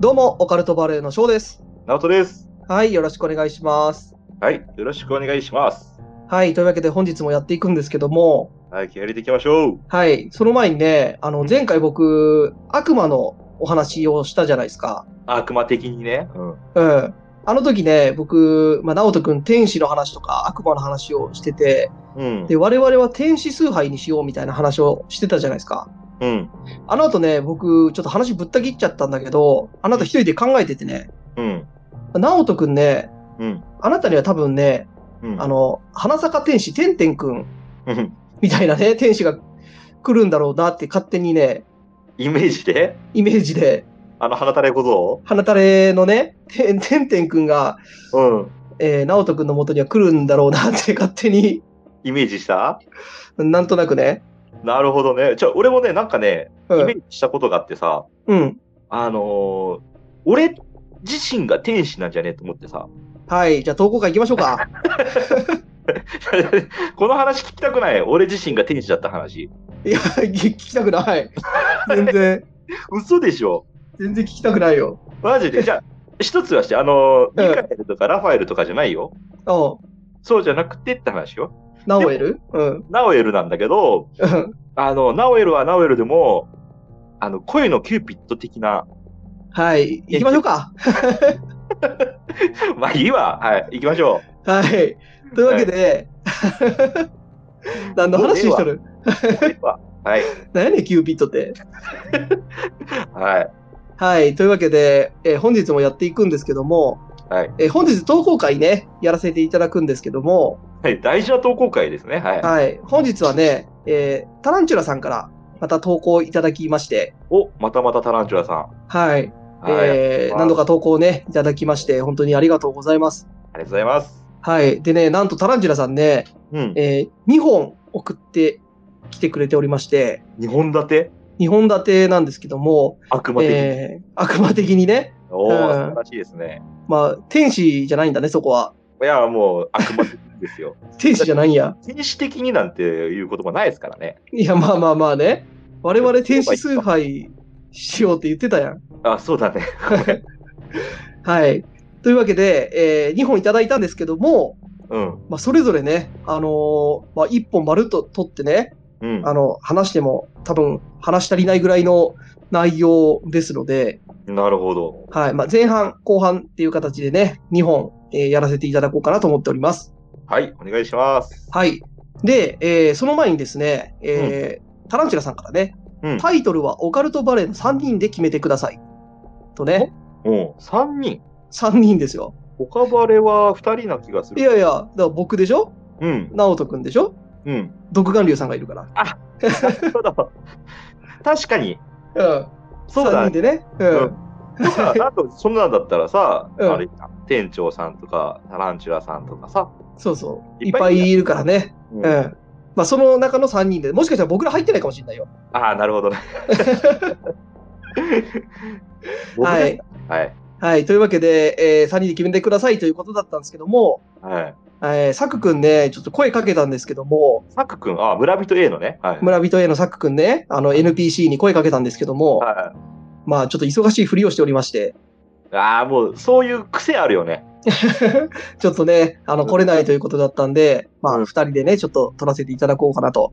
どうも、オカルトバレーの翔です。ナオトです。はい、よろしくお願いします。はい、よろしくお願いします。はい、というわけで本日もやっていくんですけども、はい、気合い入れていきましょう。はい、その前にね、あの、前回僕、悪魔のお話をしたじゃないですか。悪魔的にね。うん。うん。あの時ね、僕、まあ、直人くん、天使の話とか悪魔の話をしてて、うんで、。我々は天使崇拝にしようみたいな話をしてたじゃないですか。うん。あの後ね、僕、ちょっと話ぶった切っちゃったんだけど、あなた一人で考えててね、うん。直人くんね、うん。あなたには多分ね、うん。あ、の、花坂天使、てんてんくんうん。 みたいなね、天使が来るんだろうなって勝手にね、イメージでイメージで、あの、花たれ小僧花垂れのね、てんてんてんくんが、うん。えー、直人くんの元には来るんだろうなって勝手に、イメージしたなんとなくね。なるほどね。ちょ、俺もね、なんかね、イうメん。ージしたことがあってさ、うん、あのー、俺自身が天使なんじゃねえと思ってさ。 はい。じゃあ、投稿会行きましょうか。この話聞きたくない俺自身が天使だった話。いや、聞きたくない。全然、嘘でしょ全然聞きたくないよ。マジで。じゃあ、一つはして、あのー、うんミカエルとかラファエルとかじゃないよ。うん。そうじゃなくてって話よ。ナオエルうん。ナオエルなんだけど、うんあの、ナオエルはナオエルでも、あの、恋のキューピッド的な、 はい。行きましょうか。まあいいわ。はい、行きましょはい。というわけで、何の話しとるう。いいわはい、何やねん、キューピットって。はい、はい。というわけで、えー本日もやっていくんですけども、はいえー本日投稿会ね、やらせていただくんですけども、はい。大事な投稿会ですね。はい。はい。本日はね、えータランチュラさんからまた投稿いただきまして、お、またまたタランチュラさはい。ん。はい、ありえーはい何度か投稿をね、いただきまして、本当にありがとうございます。がとうございます。はい。でね、なんとタランチュラさんね、うん。え2本送ってきてくれておりまして、二本立て2本立てなんですけども、悪魔的。えー悪魔的にね、おー、うん素晴らしいですね。まあ、天使じゃないんだね、そこは。いや、もう悪魔的ですよ。 天使じゃないんや。天使的になんていう言葉ないですからね。いや、まあまあまあね。我々天使崇拝しようって言ってたやん。あ、そうだね。はい。というわけで、え2本いただいたんですけども、うん。まあ、それぞれね、あのーまあ、1本丸っと取ってね、うんあ。の、話しても多分話し足りないぐらいの内容ですので、なるほど。はい。まあ、前半、後半っていう形でね、2本、えーやらせていただこうかなと思っております。はい、お願いします。はい。で、えーその前にですね、えータランチュラさんからね、うんタイトルはオカルトバレーの3人で決めてください。とね、うん。三人。 3人ですよ。他バレは2人な気がする。いやいや、だから僕でしょうん。直人くんでしょ うん。独眼竜さんがいるから。そうだ。確かに。うん。そうだ3人でね。うん。うんだから、あと、そんなんだったらさ、うんあれじゃん店長さんとか、タランチュラさんとかさ。そうそう。いいっっぱぱいいいるからね。ううん。まあ、その中の3人で、もしかしたら僕ら入ってないかもしれないよ。ああ、なるほどね。 僕はねい。はい。はい。というわけで、え3人で決めてくださいということだったんですけども、はい。えー、サクくんね、ちょっと声かけたんですけども、サク君、ああ、村人 A のね。はい。村人 A のサクくんね、あの NPC に声かけたんですけども、はまあちょっと忙しいふりをしておりまして、い、ああ、もう、そういう癖あるよね。ちょっとね、あの、来れないということだったんで、まあうん二人でね、ちょっと撮らせていただこうかなと。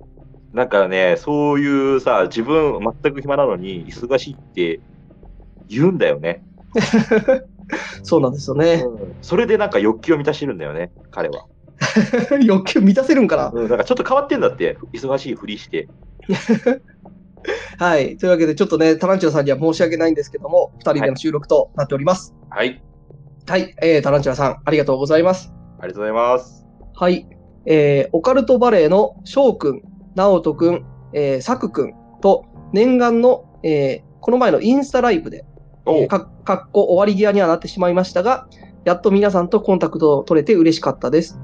だからね、そういうさ、自分、全く暇なのに、忙しいって言うんだよね。 そうなんですよね。それでなんか欲求を満たしてるんだよね、彼は。欲求満たせるんかな。うん、なんかちょっと変わってんだって、忙しいふりして。はい。というわけで、ちょっとね、タランチュラさんには申し訳ないんですけども、二人での収録となっております。はい、はい、えー、タランチュラさん、ありがとうございます。ありがとうございます。はい。えー、オカルトバレーの翔くん、直人くん、えー、サクくんと、念願の、えー、この前のインスタライブで、おえー、かかっこ終わり際にはなってしまいましたが、やっと皆さんとコンタクトを取れて嬉しかったです。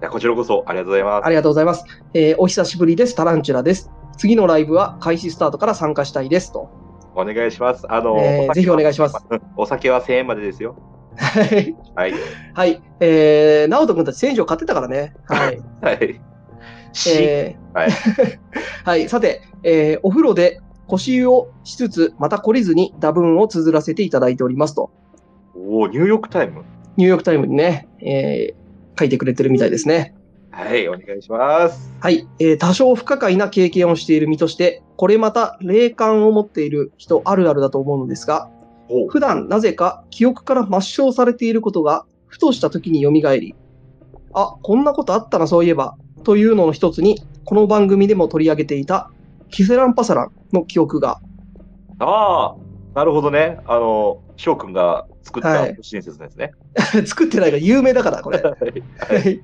いやこちらこそ、ありがとうございます。ありがとうございます。えー、お久しぶりです。タランチュラです。次のライブは開始スタートから参加したいですと。お願いします。あの、えーお酒はぜひお願いします。お酒は1000円までですよ。はいはい。はい。えー、直人くんたち選手を買ってたからね。はい。はい。し、えー はい。はい、さて、えーお風呂で腰湯をしつつ、また懲りずに打文を綴らせていただいておりますと、おお、ニューヨークタイム。ニューヨークタイムにね、えー書いてくれてるみたいですね。はい、お願いします。はい、えー多少不可解な経験をしている身として、これまた霊感を持っている人あるあるだと思うのですが、おう普段なぜか記憶から抹消されていることが、ふとした時に蘇り、あ、こんなことあったな、そういえば、というのの一つに、この番組でも取り上げていた、キセランパサランの記憶が、 ああ、なるほどね。あの、翔くんが作ったはい都市伝説ですね。作ってないが有名だから、これ。はい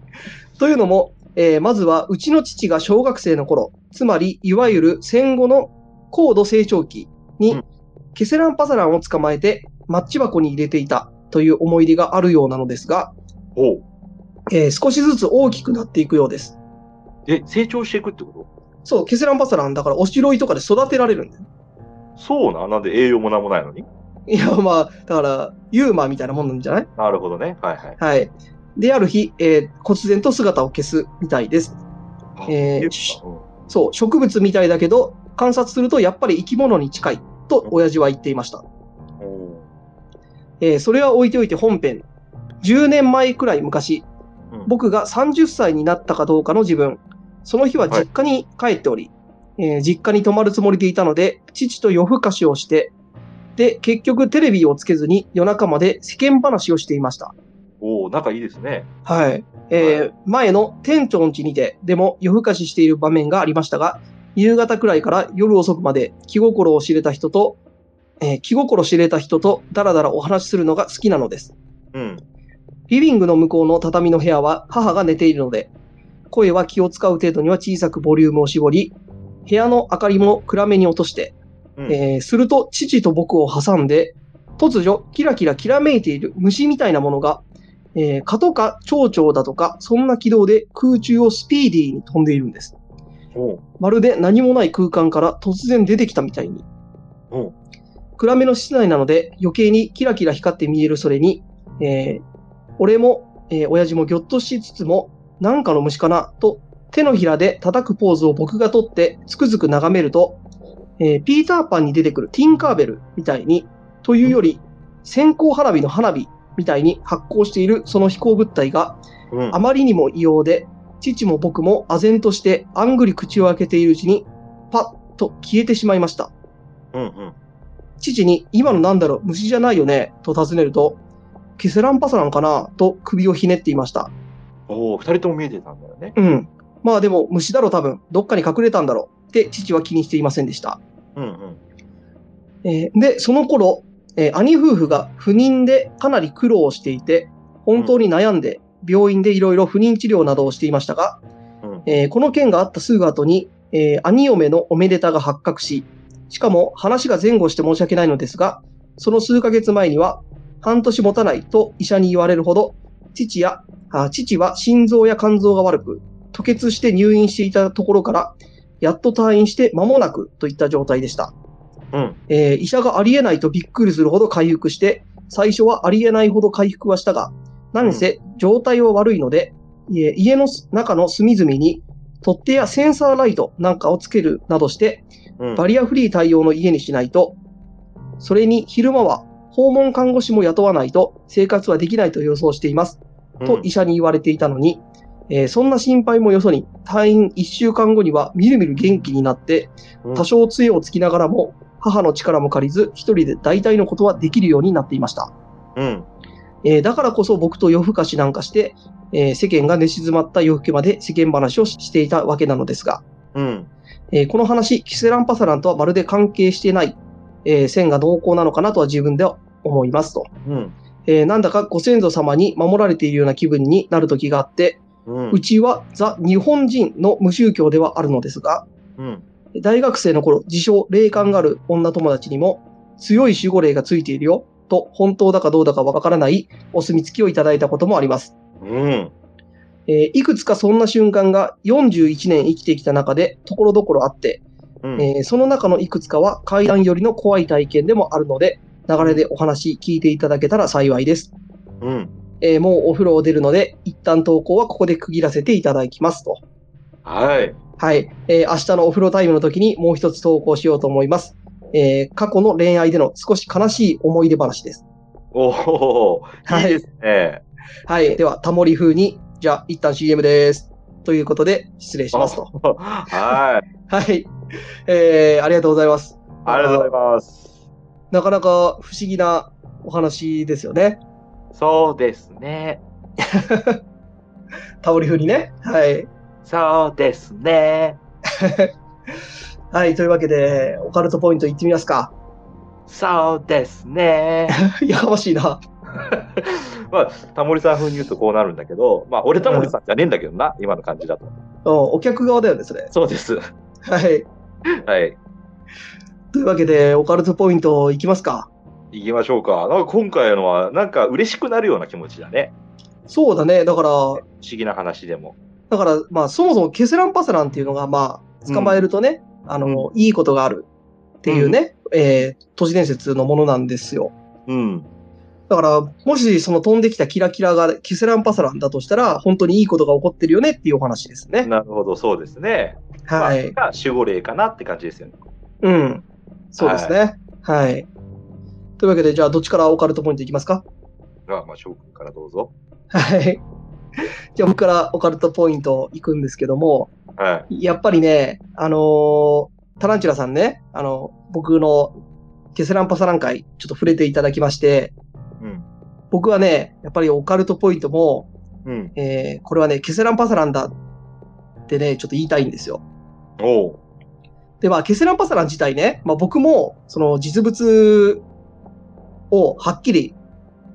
というのも、えーまずは、うちの父が小学生の頃、つまり、いわゆる戦後の高度成長期に、うんケセランパサランを捕まえて、マッチ箱に入れていたという思い出があるようなのですが、おうえー少しずつ大きくなっていくようです。え、成長していくってこそう、ケセランパサラン、だから、おしろいとかで育てられるんだよ。 とそうな。なんで栄養もなんもないのに。いや、まあ、だから、ユーマーみたいなもんなんじゃないなるほどね。はいはい。はい。で、ある日、えー、忽然と姿を消すみたいです。あえーっていうかうんそう、植物みたいだけど、観察するとやっぱり生き物に近い、と親父は言っていました。おえーそれは置いておいて本編。10年前くらい昔、うん僕が30歳になったかどうかの自分、その日は実家に帰っており、えー実家に泊まるつもりでいたので、父と夜更かしをして、で、結局テレビをつけずに夜中まで世間話をしていました。おう仲いいですね。はい。えーは前の店長の家にて、でも夜更かししている場面がありましたが、夕方くらいから夜遅くまで気心を知れた人と、えー気心知れた人とだらだらお話しするのが好きなのです。うん。リビングの向こうの畳の部屋は母が寝ているので、声は気を使う程度には小さくボリュームを絞り、部屋の明かりも暗めに落として、うんえーすると父と僕を挟んで、突如、キラキラきらめいている虫みたいなものが、えー蚊とか蝶々だとか、そんな軌道で空中をスピーディーに飛んでいるんです。おうまるで何もない空間から突然出てきたみたいに。おう暗めの室内なので余計にキラキラ光って見えるそれに、えー俺も、えー親父もぎょっとしつつも、なんかの虫かなと手のひらで叩くポーズを僕が取ってつくづく眺めると、えーピーターパンに出てくるティンカーベルみたいに、というより線香花火の花火みたいに発光しているその飛行物体がうん あまりにも異様で、父も僕も唖然としてあんぐり口を開けているうちに、パッと消えてしまいました。うんうん。父に、今のなんだろう、虫じゃないよね、と尋ねると、ケセランパサなのかな、と首をひねっていました。おお二人とも見えてたんだよね。うん。まあでも、虫だろ多分、どっかに隠れたんだろう、って父は気にしていませんでした。うんうん。えーで、その頃、えー兄夫婦が不妊でかなり苦労をしていて、本当に悩んで、病院でいろいろ不妊治療などをしていましたが、うんえーこの件があったすぐ後に、えー兄嫁のおめでたが発覚し、しかも話が前後して申し訳ないのですが、その数ヶ月前には、半年持たないと医者に言われるほど、父や、あ父は心臓や肝臓が悪く、吐血して入院していたところから、やっと退院して間もなくといった状態でした。うんえー医者がありえないとびっくりするほど回復して、最初はありえないほど回復はしたが、何せ状態は悪いので、えー家の中の隅々に取っ手やセンサーライトなんかをつけるなどして、うん。バリアフリー対応の家にしないと、それに昼間は訪問看護師も雇わないと生活はできないと予想しています、と医者に言われていたのに、えーそんな心配もよそに、退院1週間後にはみるみる元気になって、うん多少杖をつきながらも、母の力も借りず、一人で大体のことはできるようになっていました。うん。えーだからこそ僕と夜更かしなんかして、えー世間が寝静まった夜更けまで世間話をしていたわけなのですが、うん。えーこの話、キセランパサランとはまるで関係してない、えー線が濃厚なのかなとは自分では思いますと。うん。えーなんだかご先祖様に守られているような気分になる時があって、うん。うちはザ・日本人の無宗教ではあるのですが、うん。大学生の頃、自称霊感がある女友達にも、強い守護霊がついているよ、と本当だかどうだかわからないお墨付きをいただいたこともあります。うん。えーいくつかそんな瞬間が41年生きてきた中で、ところどころあって、うん。えーその中のいくつかは階段よりの怖い体験でもあるので、流れでお話聞いていただけたら幸いです。うん。えーもうお風呂を出るので、一旦投稿はここで区切らせていただきますと。はい。はい。えー明日のお風呂タイムの時にもう一つ投稿しようと思います。えー過去の恋愛での少し悲しい思い出話です。おお、はいいいですね。はい。では、タモリ風に、じゃあ、一旦 CM です。ということで、失礼しますと。 はい。はい。えーありがとうございます。ありがとうございます。なかなか不思議なお話ですよね。そうですね。タモリ風にね。はい。そうですね。はい。というわけで、オカルトポイント行ってみますか。 そうですね。やかましいな。まあ、タモリさん風に言うとこうなるんだけど、まあ、俺タモリさんじゃねえんだけどな、今の感じだと。うん、お客側だよね、それ。そうです。はい。はい。というわけで、オカルトポイント行きますか。行きましょうか。なんか今回のは、なんか嬉しくなるような気持ちだね。そうだね。だから、不思議な話でも。だから、まあ、そもそもケセランパセランっていうのが、まあ、捕まえるとね、あの、いいことがあるっていうね、えー都市伝説のものなんですよ。うん。だから、もしその飛んできたキラキラがケセランパセランだとしたら、本当にいいことが起こってるよねっていうお話ですね。なるほど、そうですね。はまい。あが守護霊かなって感じですよね。うん。そうですね。はい。というわけで、じゃあ、どっちからオカルトポイントいきますかまあ、まあ、翔くんからどうぞ。はい。じゃあ、僕からオカルトポイントいくんですけども、はい。やっぱりね、あのータランチュラさんね、あの、僕のケセランパサラン会、ちょっと触れていただきまして、うん。僕はね、やっぱりオカルトポイントも、うん。えーこれはね、ケセランパサランだってね、ちょっと言いたいんですよ。おう。で、まあ、ケセランパサラン自体ね、まあ僕も、その実物をはっきり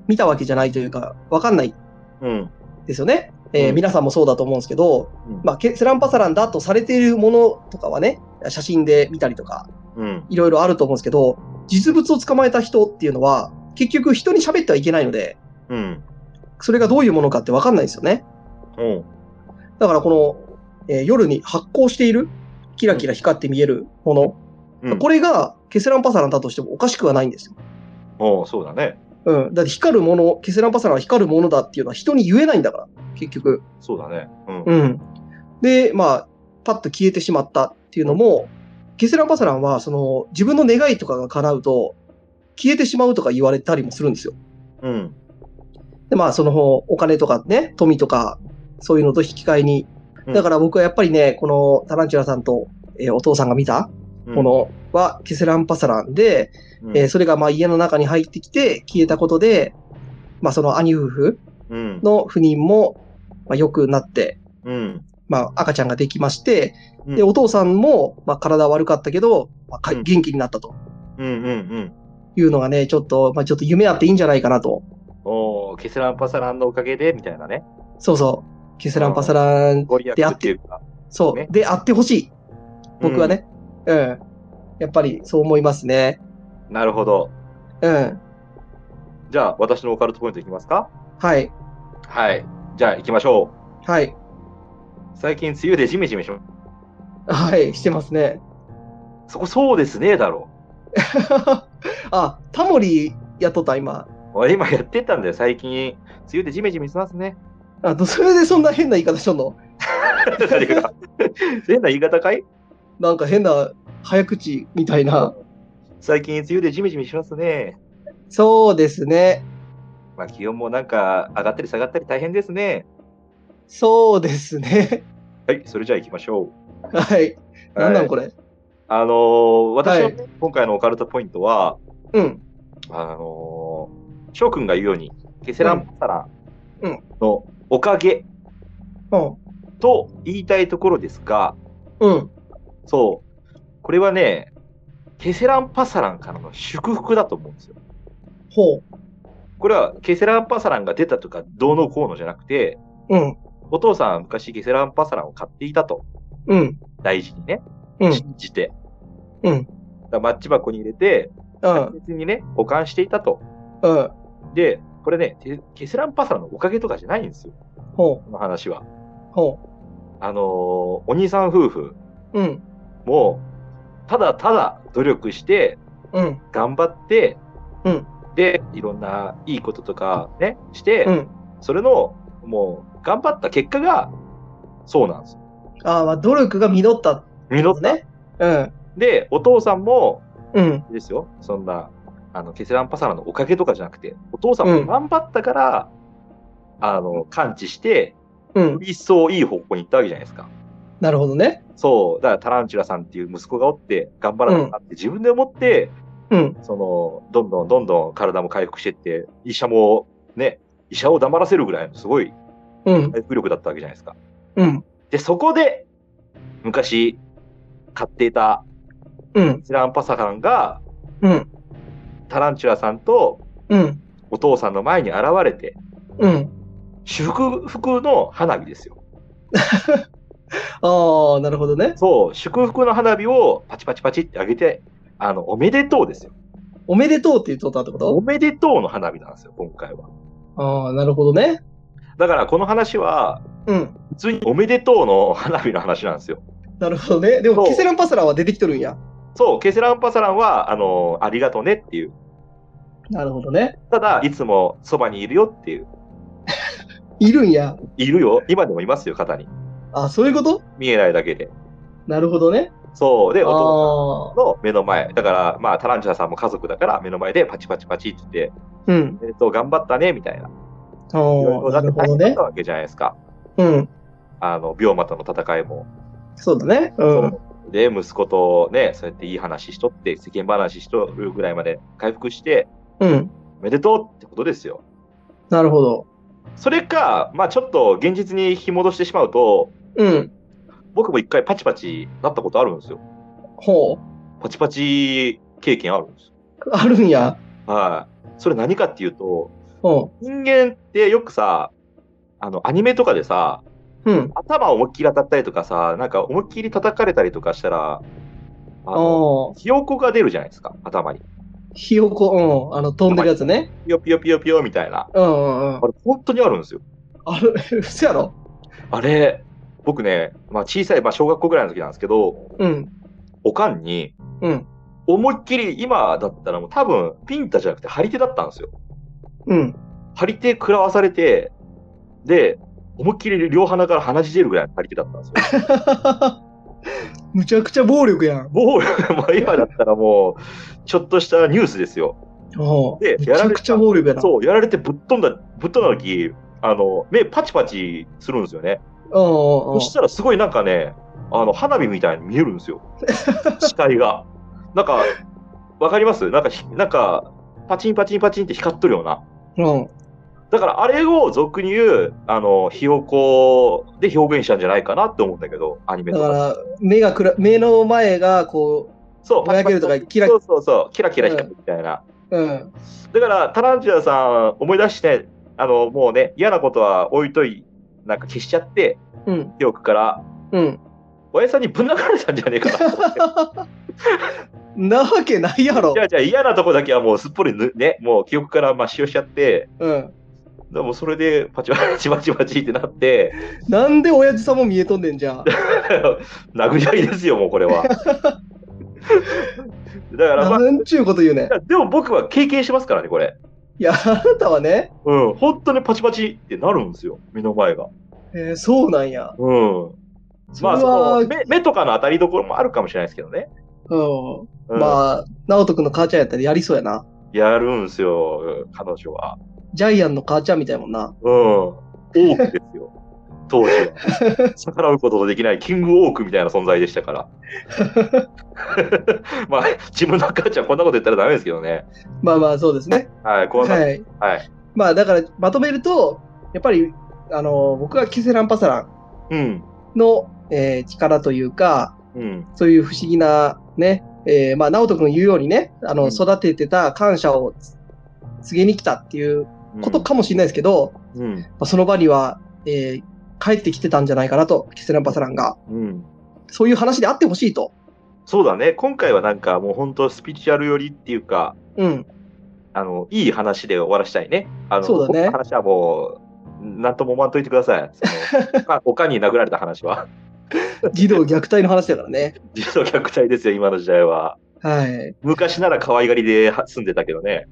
見たわけじゃないというか、わかんないうん。ですよね。えーうん皆さんもそうだと思うんですけど、うんまあ、ケセランパサランだとされているものとかはね、写真で見たりとか、うん。いろいろあると思うんですけど、実物を捕まえた人っていうのは、結局人に喋ってはいけないので、うん。それがどういうものかってわかんないですよね。おう。だからこの、えー夜に発光している、キラキラ光って見えるもの、うん、これがケセランパサランだとしてもおかしくはないんですよ。おう、そうだね。うん。だって光るもの、ケセランパサランは光るものだっていうのは人に言えないんだから、結局。そうだね。うん。うん。で、まあ、パッと消えてしまったっていうのも、ケセランパサランは、その、自分の願いとかが叶うと、消えてしまうとか言われたりもするんですよ。うん。で、まあ、その、お金とかね、富とか、そういうのと引き換えに。うんだから僕はやっぱりね、このタランチュラさんと、えーお父さんが見たうんも、のは、ケセランパサランで、うんえーそれがまあ家の中に入ってきて消えたことで、まあその兄夫婦うん。の不妊も、まあ、良くなって、うん。まあ赤ちゃんができまして、うんで、お父さんも、まあ体悪かったけど、まあかうん元気になったとうん。うん。うん。いうのがね、ちょっと、まあちょっと夢あっていいんじゃないかなと。おう、ケセランパサランのおかげで、みたいなね。そうそう。ケセランパサラン、ご利益っていうか。そう、ねであってほしい。僕はね、うん。やっぱりそう思いますね。うん。なるほど。うん。じゃあ、私のオカルトポイントいきますかはい。はい。じゃあ、行きましょう。はい。最近、梅雨でジメジメしまはい。してますね。 そこ、そうですね、だろあ、タモリやっとった、今。俺、今やってたんだよ、最近。梅雨でジメジメしますね。あと、それでそんな変な言い方しとんの何が 変な言い方かいなんか変な早口みたいな。最近、梅雨でジメジメしますね。そうですね。まあ、気温もなんか、上がったり下がったり大変ですね。そうですね。はい、それじゃあ行きましょう。はい。なんなんこれ。あのー私のね、は今回のオカルトポイントは、うん。あのー翔くんが言うように、ケセランパサラうんうンのおかげうん。と言いたいところですが、うん。そう、これはね、ケセランパサランからの祝福だと思うんですよ。ほこれはケセランパサランが出たとか、どうのこうのじゃなくて、う。うん。お父さんは昔ケセランパサランを買っていたと、うん。大事にね、うん。信じて。うんだからマッチ箱に入れて、うん。別にね、保管していたと。うん。で、これね、テケセランパサラのおかげとかじゃないんですよ、ほこの話は。う。ほあのーお兄さん夫婦う。うん。も、ただただ努力して、うん。頑張って、うんで、いろんないいこととかね、して、うん。それの、もう、頑張った結果が、そうなんですよ。ああ、まあ、努力が実った実のった。ね。うん。で、お父さんも、うん。ですよ、そんな、あの、ケセランパサラのおかげとかじゃなくて、お父さんも頑張ったから、あの、完治して、うよん。り一層いい方向に行ったわけじゃないですか。なるほどね。そう、だからタランチュラさんっていう息子がおって、頑張らなきゃなって自分で思って、うん。その、どんどんどんどん体も回復してって、医者もね、医者を黙らせるぐらいのすごいうん。回復力だったわけじゃないですか。うん。で、そこで、昔、買っていたうん。セランパサさんが、うん。タランチュラさんとうん。お父さんの前に現れて、うん。私服服の花火ですよ。ああ、なるほどね。そう、祝福の花火をパチパチパチって上げて、あの、おめでとうですよ。おめでとうって言っとったってこおとめでとうの花火なんですよ、今回は。ああ、なるほどね。だから、この話は、うん。普通におめでとうの花火の話なんですよ。なるほどね。でそも、うキセランパサラは出てきとるんや。そう、ケセランパサランは、あの、ありがとねっていう。なるほどね。ただ、いつもそばにいるよっていう。いるんや。いるよ。今でもいますよ、肩に。あそういうこと見えないだけで。なるほどね。そう。で、あお父あさんの目の前。だから、まあ、タランチュラさんも家族だから、目の前でパチパチパチって言って、ー。うん。えっと、頑張ったね、みたいな。あいろいろあ、だなってるほど大変だっねた。わけじゃないですか。うん。あの、病魔との戦いも。そうだね。うそん。うで、息子とね、そうやっていい話しとって、世間話しとるぐらいまで回復して、うん。おめでとうってことですよ。なるほど。それか、まあちょっと現実に引き戻してしまうと、うん。僕も一回パチパチなったことあるんですよ。ほう。パチパチ経験あるんですよ。あるんや。はい。それ何かっていうと、ほ人間ってよくさ、あの、アニメとかでさ、う。うん。頭を思いっきり当たったりとかさ、なんか思いっきり叩かれたりとかしたら、ああの、あ。ひよこが出るじゃないですか、頭に。ひよこ、うん。あの、飛んでるやつね。ピヨピヨピヨピヨみたいな。うんうんうんあ。れ、本当にあるんですよ。ある、 嘘やろ。あれ、僕ね、まあ小さい、まあ小学校ぐらいの時なんですけど、うん。おかんに、うん。思いっきり今だったらもう多分ピンタじゃなくて張り手だったんですよ。うん。 張り手食らわされて、で、思いっきり両鼻から鼻血出るぐらいの張り手だったんですよ。むちゃくちゃ暴力やん。もう、もう今だったらもう、ちょっとしたニュースですよ。ほう。でむちゃくちゃ暴力やな。そう、やられてぶっ飛んだ、ぶっ飛んだ時、あの、目パチパチするんですよね。うんうんうそしたらすごいなんかね、あの、花火みたいに見える んですよ。視界が。なんか、わかりますなんかひ、なんか、パチンパチンパチンって光っとるような。ん。うん。だから、あれを俗に言う、あの、ひよこで表現したんじゃないかなって思うんだけど、アニメだとかか。ら、目がくら、目の前が、こそう、ぼやけるとかパチパチキラそうそうそう、キラキラ光るみたいな。う、うん。だから、タランチュラさん、思い出して、あの、もうね、嫌なことは置いとい、なんか消しちゃって、うん。記憶から、うん。親さんにぶん殴られたんじゃねえかなと思って。なわけないやろじゃ。あ、じゃあ嫌なとこだけはもうすっぽりぬね、もう記憶からまあ使用しちゃって、うん。でもそれでパチパチパチパチってなって、 なんで親父さんも見えとんねんじゃん。殴り合いですよ、もうこ れは。だからまあ、なんちゅうこと言う ねん。でも僕は経験してますからね、これ。いや、あなたはね、うん、本当にパチパチってなるんですよ、目の前が。えーそうなんや。うん。それまあ、は、その目目とかの当たりどころもあるかもしれないですけどね。うん。うん、まあ、直人くんの母ちゃんやったらやりそうやな。やるんですよ、彼女は。ジャイアンの母ちゃんみたいもんな。うん。オークですよ、当時 は。逆らうことのできないキングオークみたいな存在でしたから。 まあ、自分の母ちゃんこんなこと言ったらダメですけどね。まあまあ、そうですね。はい、こんな、はい、はい。まあ、だから、まとめると、やっぱり、あの、僕はキセランパサランうん。の、えー力というか、うん。そういう不思議な、ね、えーまあ、直人君言うようにね、あの、うん育ててた感謝をつ告げに来たっていううんことかもしれないですけど、うん。まあ、その場には、えー帰ってきてたんじゃないかなと、キセランパサランが。うん。そういう話であってほしいと。そうだね。今回はなんかもう本当スピリチュアル寄りっていうか、うん。あの、いい話で終わらしたいね。あの、そうだね僕の話はもう、なんとも思わんといてください。そのかおかんに殴られた話は。児童虐待の話だからね。児童虐待ですよ、今の時代は。はい。昔なら可愛がりでは住んでたけどね。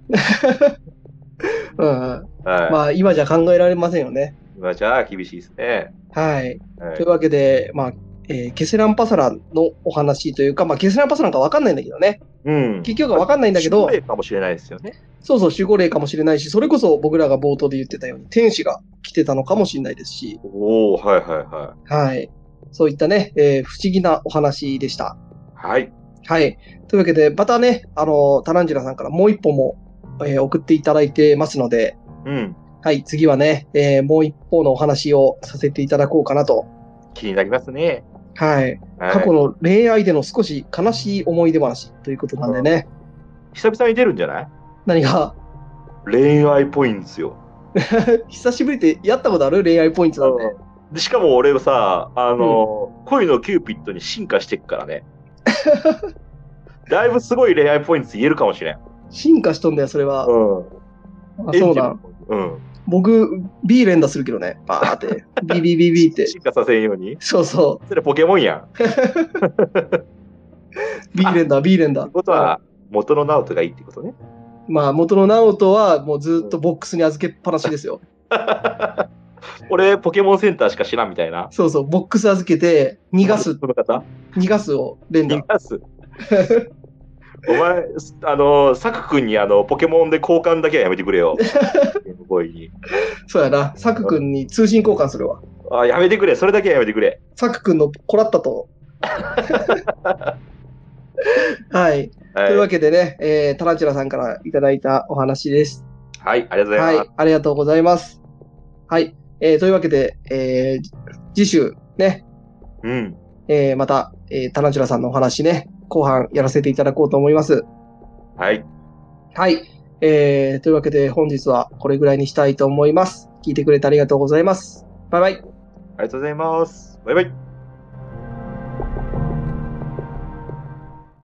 うんうん。はい。まあ、今じゃ考えられませんよね。今じゃあ厳しいですね。はい。はとい。いうわけで、まあ、えーケセランパサランのお話というか、まあ、ケセランパサランかわかんないんだけどね。うん。結局はわかんないんだけど失、礼かもしれないですよね。そうそう、守護霊かもしれないし、それこそ僕らが冒頭で言ってたように、天使が来てたのかもしれないですし、おおはいはいははい。そういったね、えー不思議なお話でした。い。はい。はい。というわけで、またね、あの、タランジュラさんからもう一本も、えー送っていただいてますので、うん。はい、次はね、えーもう一方のお話をさせていただこうかなと。気になりますね。はい。はい過去の恋愛での少し悲しい思い出話ということなんでね。久々に出るんじゃない何が、恋愛っぽいんですよ。 久しぶりってやったことある恋愛ポイントなんで。でしかも俺はさ、あの、恋のキューピッドに進化してっからね。 だいぶすごい恋愛ポイント言えるかもしれん。進化しとんだよ、それは。うあそうだ。。うん。僕、B 連打するけどね。バーって。 ビビビビって。進化させんように。そうそそれポケモンやん。っう。B 連打、B 連打て。ことは、元のナオトがいいっ てことね。まあ、元の直人は、もうずっとボックスに預けっぱなしですよ。俺、ポケモンセンターしか知らんみたいな。そうそう、ボックス預けて、逃がす、その方逃がすを連打逃。がす。 お前、あの、サク君にあのポケモンで交換だけはやめてくれよ。ゲームボーイにそうやな、サク君に通信交換するわ。あやめてくれ、それだけはやめてくれ。サク君のコラッタ と。はい。はとい、いうはわいけでね、えータランチュラさんからいただいたお話です。ありがとうございます。はい、ありがとうございます。はい、えーというわけで、えー次週ね、うん。えーまた、えータランチュラさんのお話ね、後半やらせていただこうと思います。はい。はい、えーというわけで本日はこれぐらいにしたいと思います。聞いてくれてありがとうございます。バイバイ。ありがとうございます。バイバイ。